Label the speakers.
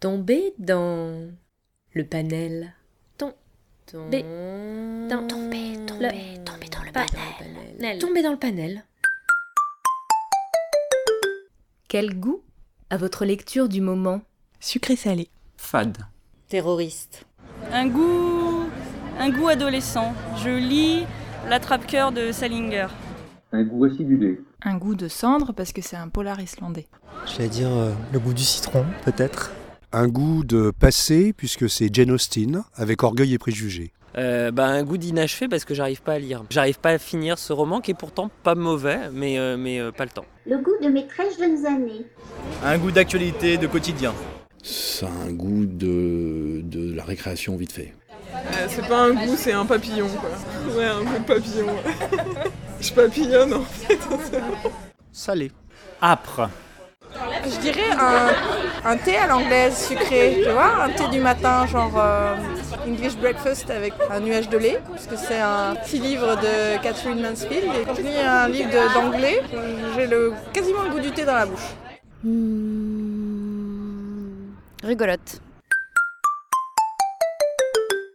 Speaker 1: tomber dans le panel. Tom-
Speaker 2: Tomber
Speaker 1: dans-
Speaker 2: tomber, tomber, tomber dans le
Speaker 1: Pas dans
Speaker 2: panel.
Speaker 1: panel.
Speaker 2: Nel.
Speaker 1: Tomber dans le panel.
Speaker 3: Quel goût à votre lecture du moment
Speaker 4: sucré-salé,
Speaker 5: Fade.
Speaker 6: terroriste.
Speaker 7: un goût, un goût adolescent. Je lis l'attrape-cœur de Salinger.
Speaker 8: Un goût acidulé.
Speaker 4: un goût de cendre parce que c'est un polar islandais.
Speaker 9: J'allais dire euh, le goût du citron, peut-être.
Speaker 10: Un goût de passé, puisque c'est Jane Austen, avec orgueil et préjugés.
Speaker 11: Euh, bah, un goût d'inachevé parce que j'arrive pas à lire. J'arrive pas à finir ce roman qui est pourtant pas mauvais, mais, euh, mais euh, pas le temps.
Speaker 12: Le goût de mes très jeunes années.
Speaker 13: Un goût d'actualité, de quotidien.
Speaker 14: Ça a un goût de, de la récréation vite fait.
Speaker 15: c'est pas un goût, c'est un papillon, quoi. Ouais, un goût de papillon. ouais. Je papillonne, en fait.
Speaker 5: Salé. Âpre.
Speaker 16: Je dirais un, un thé à l'anglaise sucré, tu vois, un thé du matin, genre euh, English breakfast avec un nuage de lait, parce que c'est un petit livre de Catherine Mansfield. Et quand je lis un livre de- d'anglais, j'ai le, quasiment le goût du thé dans la bouche.
Speaker 17: Rigolote.